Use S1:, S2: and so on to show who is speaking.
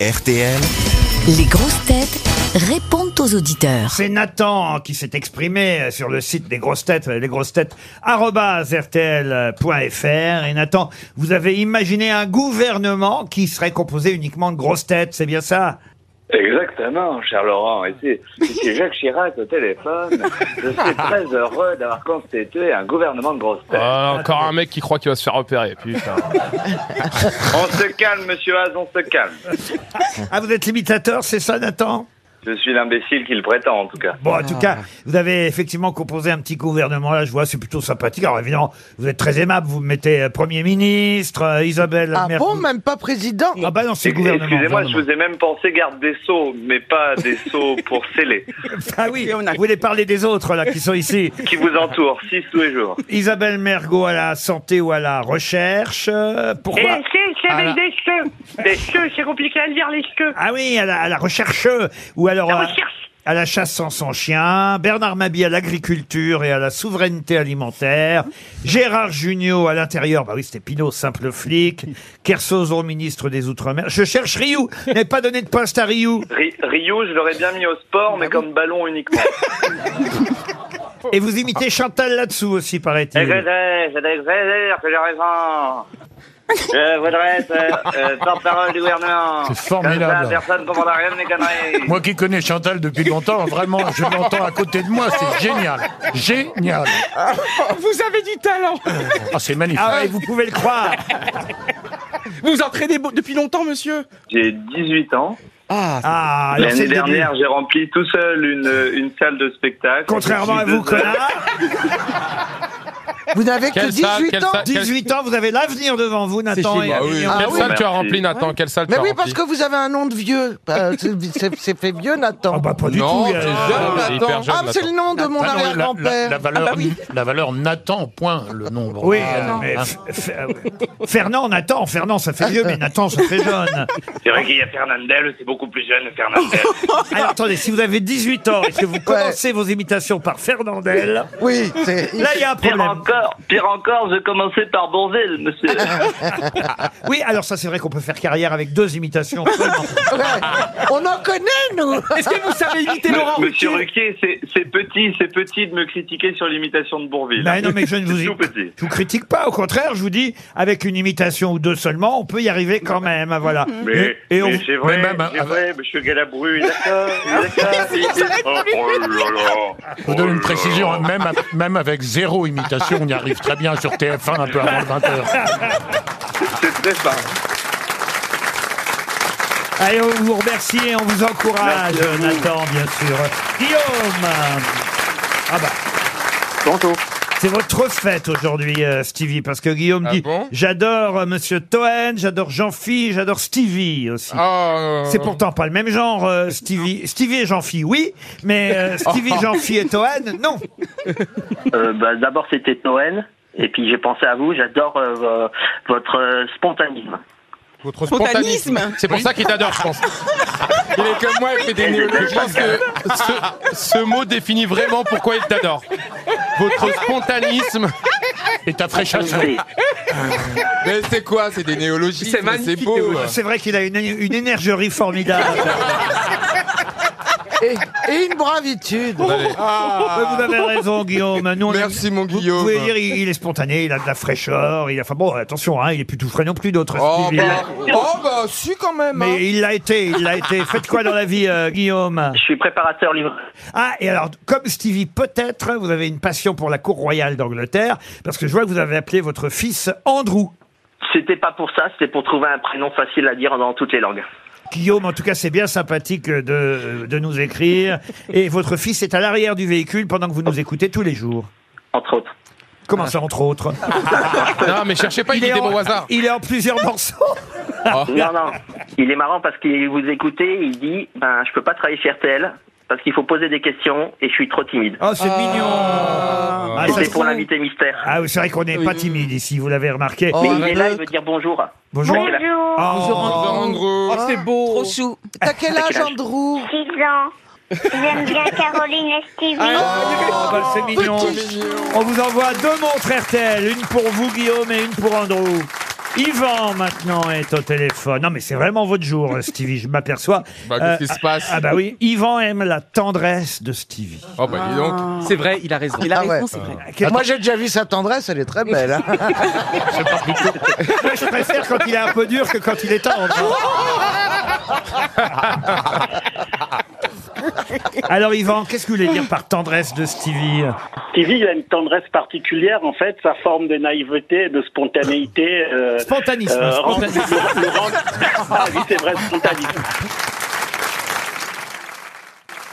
S1: RTL.
S2: Les grosses têtes répondent aux auditeurs.
S3: C'est Nathan qui s'est exprimé euh, sur le site des grosses têtes, lesgrossetêtes.rtl.fr. Et Nathan, vous avez imaginé un gouvernement qui serait composé uniquement de grosses têtes, c'est bien ça
S4: Exactement, cher Laurent. Et c'est- et c'est Jacques Chirac au téléphone. Je suis très heureux d'avoir constitué un gouvernement de grosse tête.
S5: Ah, encore un mec qui croit qu'il va se faire repérer. Putain.
S4: On se calme, monsieur Haas, on se calme.
S3: Ah, vous êtes l'imitateur, c'est ça Nathan
S4: Je suis l'imbécile qui le prétend, en tout cas.
S3: Bon, en tout
S6: Ah.
S3: cas, vous avez effectivement composé un petit gouvernement, là, je vois, c'est plutôt sympathique. Alors évidemment, vous êtes très aimable, vous mettez euh, Premier ministre, euh, Isabelle...
S6: Ah
S3: Mer-
S6: bon, même pas président
S3: Ah bah non, c'est gouvernement.
S4: Excusez-moi, je
S3: gouvernement.
S4: vous ai même pensé garde des sceaux, mais pas des sceaux pour sceller,
S3: Ah oui, vous voulez parler des autres, là, qui sont ici
S4: qui vous entourent, six tous les jours.
S3: Isabelle Mergot à la santé ou à la recherche. euh,
S7: Eh,
S3: pourquoi
S7: c'est, c'est
S8: Ah.
S7: avec des cheveux. Des cheveux, c'est compliqué à lire, les cheveux.
S3: Ah oui, à la, à la recherche euh, ou alors
S7: La
S3: à,
S7: recherche.
S3: à la chasse sans son chien. Bernard Mabie à l'agriculture et à la souveraineté alimentaire. Gérard Junior à l'intérieur. Bah oui, c'était Pinot, simple flic. Kersozon, ministre des Outre-mer. Je cherche Rioux. N'avez pas donné de poste à Rioux.
S4: Ri- Rio, je l'aurais bien mis au sport,
S3: Ah
S4: mais comme ballon uniquement.
S3: Et vous imitez Chantal là-dessous aussi,
S4: Je
S3: paraît-il.
S4: voudrais, je voudrais dire que j'ai raison. Je voudrais être euh, porte-parole du gouvernement.
S8: C'est formidable.
S4: Comme ça, personne ne comprendra rien de mes conneries.
S8: Moi qui connais Chantal depuis longtemps, vraiment, je l'entends à côté de moi, c'est génial. Génial.
S6: Ah, Vous avez du talent
S8: Ah, c'est magnifique.
S3: Ah, et vous pouvez le croire.
S6: Vous vous entraînez beau- depuis longtemps, monsieur
S4: J'ai 18 ans.
S6: Ah,
S3: Ah, alors c'est
S4: L'année
S3: le début.
S4: dernière, j'ai rempli tout seul une, une salle de spectacle.
S3: Contrairement à
S4: J'ai
S3: vous,
S4: deux heures.
S3: connard.
S6: vous n'avez que
S5: Quelle salle,
S6: 18
S5: quelle
S6: ans
S5: salle
S3: 18 ans, vous avez l'avenir devant vous, Nathan. et Amélie.
S5: Quelle
S4: oui,
S5: salle tu as
S4: merci.
S5: rempli, Nathan Quelle salle
S6: Mais
S5: tu as
S6: oui,
S5: remplie
S6: parce que vous avez un nom de vieux. Euh, c'est- c'est c'est fait vieux, Nathan.
S3: Ah bah pas du
S9: Non,
S3: tout. il y a-
S9: c'est
S5: Ah,
S9: jeune,
S5: c'est hyper
S9: Nathan.
S5: jeune,
S6: Ah, c'est
S5: Nathan.
S6: le nom de
S8: Ah non, la-
S6: mon
S8: la,
S6: arrière-grand-père.
S8: la valeur,
S6: Ah bah oui.
S8: la valeur Nathan, point le nombre.
S3: Oui,
S8: Ah,
S3: euh, mais
S8: hein.
S3: F- F- euh, Fernand, Nathan, Fernand, ça fait vieux, mais Nathan, ça fait jeune.
S4: C'est vrai qu'il y a Fernandel, c'est beaucoup plus jeune Fernandel.
S3: Oh, Alors attendez, si vous avez 18 ans et que vous commencez vos imitations par Fernandel,
S6: Oui, c'est...
S3: là il y a un
S4: pire
S3: problème.
S4: encore, pire encore, je commençais par Bonville, monsieur.
S3: Ah, Oui, alors ça c'est vrai qu'on peut faire carrière avec deux imitations. seulement.
S6: Ouais. On en connaît, nous
S7: Est-ce que vous savez imiter
S4: M- Monsieur Ruquier, c'est c'est petit, c'est petit de me critiquer sur l'imitation de Bourville.
S3: Mais Bah non, mais je ne vous,
S4: C'est tout petit.
S3: je vous critique pas. Au contraire, je vous dis, avec une imitation ou deux seulement, on peut y arriver quand même. hein, Voilà.
S4: Mm-hmm. Mais,
S3: Et- et on-
S4: mais c'est vrai,
S8: mais même,
S4: c'est
S8: euh,
S4: vrai, monsieur Galabru, d'accord, d'accord. Oh, oh là là.
S8: Vous donnez une
S4: Oh
S8: précision,
S4: là
S8: hein, même, a- même avec zéro imitation, on y arrive très bien sur TF1 un peu avant 20h.
S4: là. C'est très fin.
S3: Allez, on vous remercie et on vous encourage,
S4: Merci à vous.
S3: Nathan, bien sûr. Guillaume Ah bah. C'est votre fête aujourd'hui, euh, Stevie, parce que Guillaume
S5: Ah
S3: dit
S5: bon
S3: J'adore euh, Monsieur Toen, j'adore Jean-Phi, j'adore Stevie aussi.
S5: Ah,
S9: euh.
S3: C'est pourtant pas le même genre, euh, Stevie. Stevie et Jean-Phi, oui, mais euh, Stevie,
S9: Oh.
S3: Jean-Phi et Toen, non.
S10: Euh, bah, D'abord, c'était Noël. Et puis, j'ai pensé à vous. J'adore euh, vo- votre euh, spontanisme.
S5: Votre spontanisme. C'est pour ça qu'il t'adore, je pense. Il est comme moi, il fait des néologismes. Je pense que ce, ce mot définit vraiment pourquoi il t'adore. Votre spontanisme.
S8: Et ta fraîcheur.
S10: Et-
S9: Mais c'est quoi C'est des néologismes,
S7: C'est
S9: c'est
S7: magnifique,
S9: beau.
S3: C'est vrai qu'il a une, une énergie formidable.
S6: et, et une bravitude.
S9: Allez.
S3: Vous avez raison, Guillaume. Nous, on est-
S9: Ah, Merci, mon Guillaume.
S3: Vous pouvez dire, il, il est spontané, il a de la fraîcheur. Il a, enfin bon, attention, hein, il est plus tout frais non plus d'autres.
S9: Oh
S3: Stevie.
S9: bah, oh bah, si quand même. hein.
S3: Mais il l'a été, il l'a été. Faites quoi dans la vie, euh, Guillaume
S10: Je suis préparateur livre.
S3: Ah, et alors, comme Stevie, peut-être, vous avez une passion pour la cour royale d'Angleterre, parce que je vois que vous avez appelé votre fils Andrew.
S10: C'était pas pour ça. C'était pour trouver un prénom facile à dire dans toutes les langues.
S3: Guillaume, en tout cas, c'est bien sympathique de, de nous écrire. Et votre fils est à l'arrière du véhicule pendant que vous nous écoutez tous les jours.
S10: Entre autres.
S3: Comment ça, entre autres
S5: Non, mais cherchez pas, il, est
S3: en,
S5: au hasard.
S3: il est en plusieurs morceaux.
S10: Non, non. Il est marrant parce qu'il vous écoutez. Il dit ben, Je peux pas travailler chez RTL parce qu'il faut poser des questions et je suis trop timide.
S3: Oh, c'est mignon Ah, ça,
S10: C'était
S3: c'est-
S10: pour l'invité mystère.
S3: Ah oui, c'est vrai qu'on n'est pas timide ici, vous l'avez remarqué.
S10: Mais il est là, il veut dire bonjour.
S3: Bonjour.
S7: Bonjour,
S3: Oh.
S9: Andrew.
S6: c'est beau. Trop chou. T'as quel âge,
S10: quel âge
S6: Andrew
S7: 6 ans. J'aime bien Caroline et Stevie.
S3: Oh, bah, c'est mignon.
S6: Petit. Ah
S3: On vous envoie deux montres RTL, une pour vous Guillaume et une pour Andrew. Yvan maintenant est au téléphone. Non mais c'est vraiment votre jour, euh, Stevie, je m'aperçois.
S5: Bah, qu'est-ce qui se
S3: ah-
S5: passe
S3: Ah bah oui, Yvan aime la tendresse de Stevie.
S5: Oh bah dis donc.
S11: C'est vrai, il a raison.
S6: Ah ouais. Ah, Moi, j'ai déjà vu sa tendresse, elle est très belle. hein.
S3: Je préfère quand il est un peu dur que quand il est tendre. Alors Yvan, qu'est-ce que vous voulez dire par tendresse de Stevie
S10: Stevie, il a une tendresse particulière, en fait, sa forme de naïveté, et de spontanéité. euh,
S3: Spontanisme,
S10: euh, rend-
S3: spontanisme.
S10: le- le rend- Ah oui, c'est vrai, spontanisme.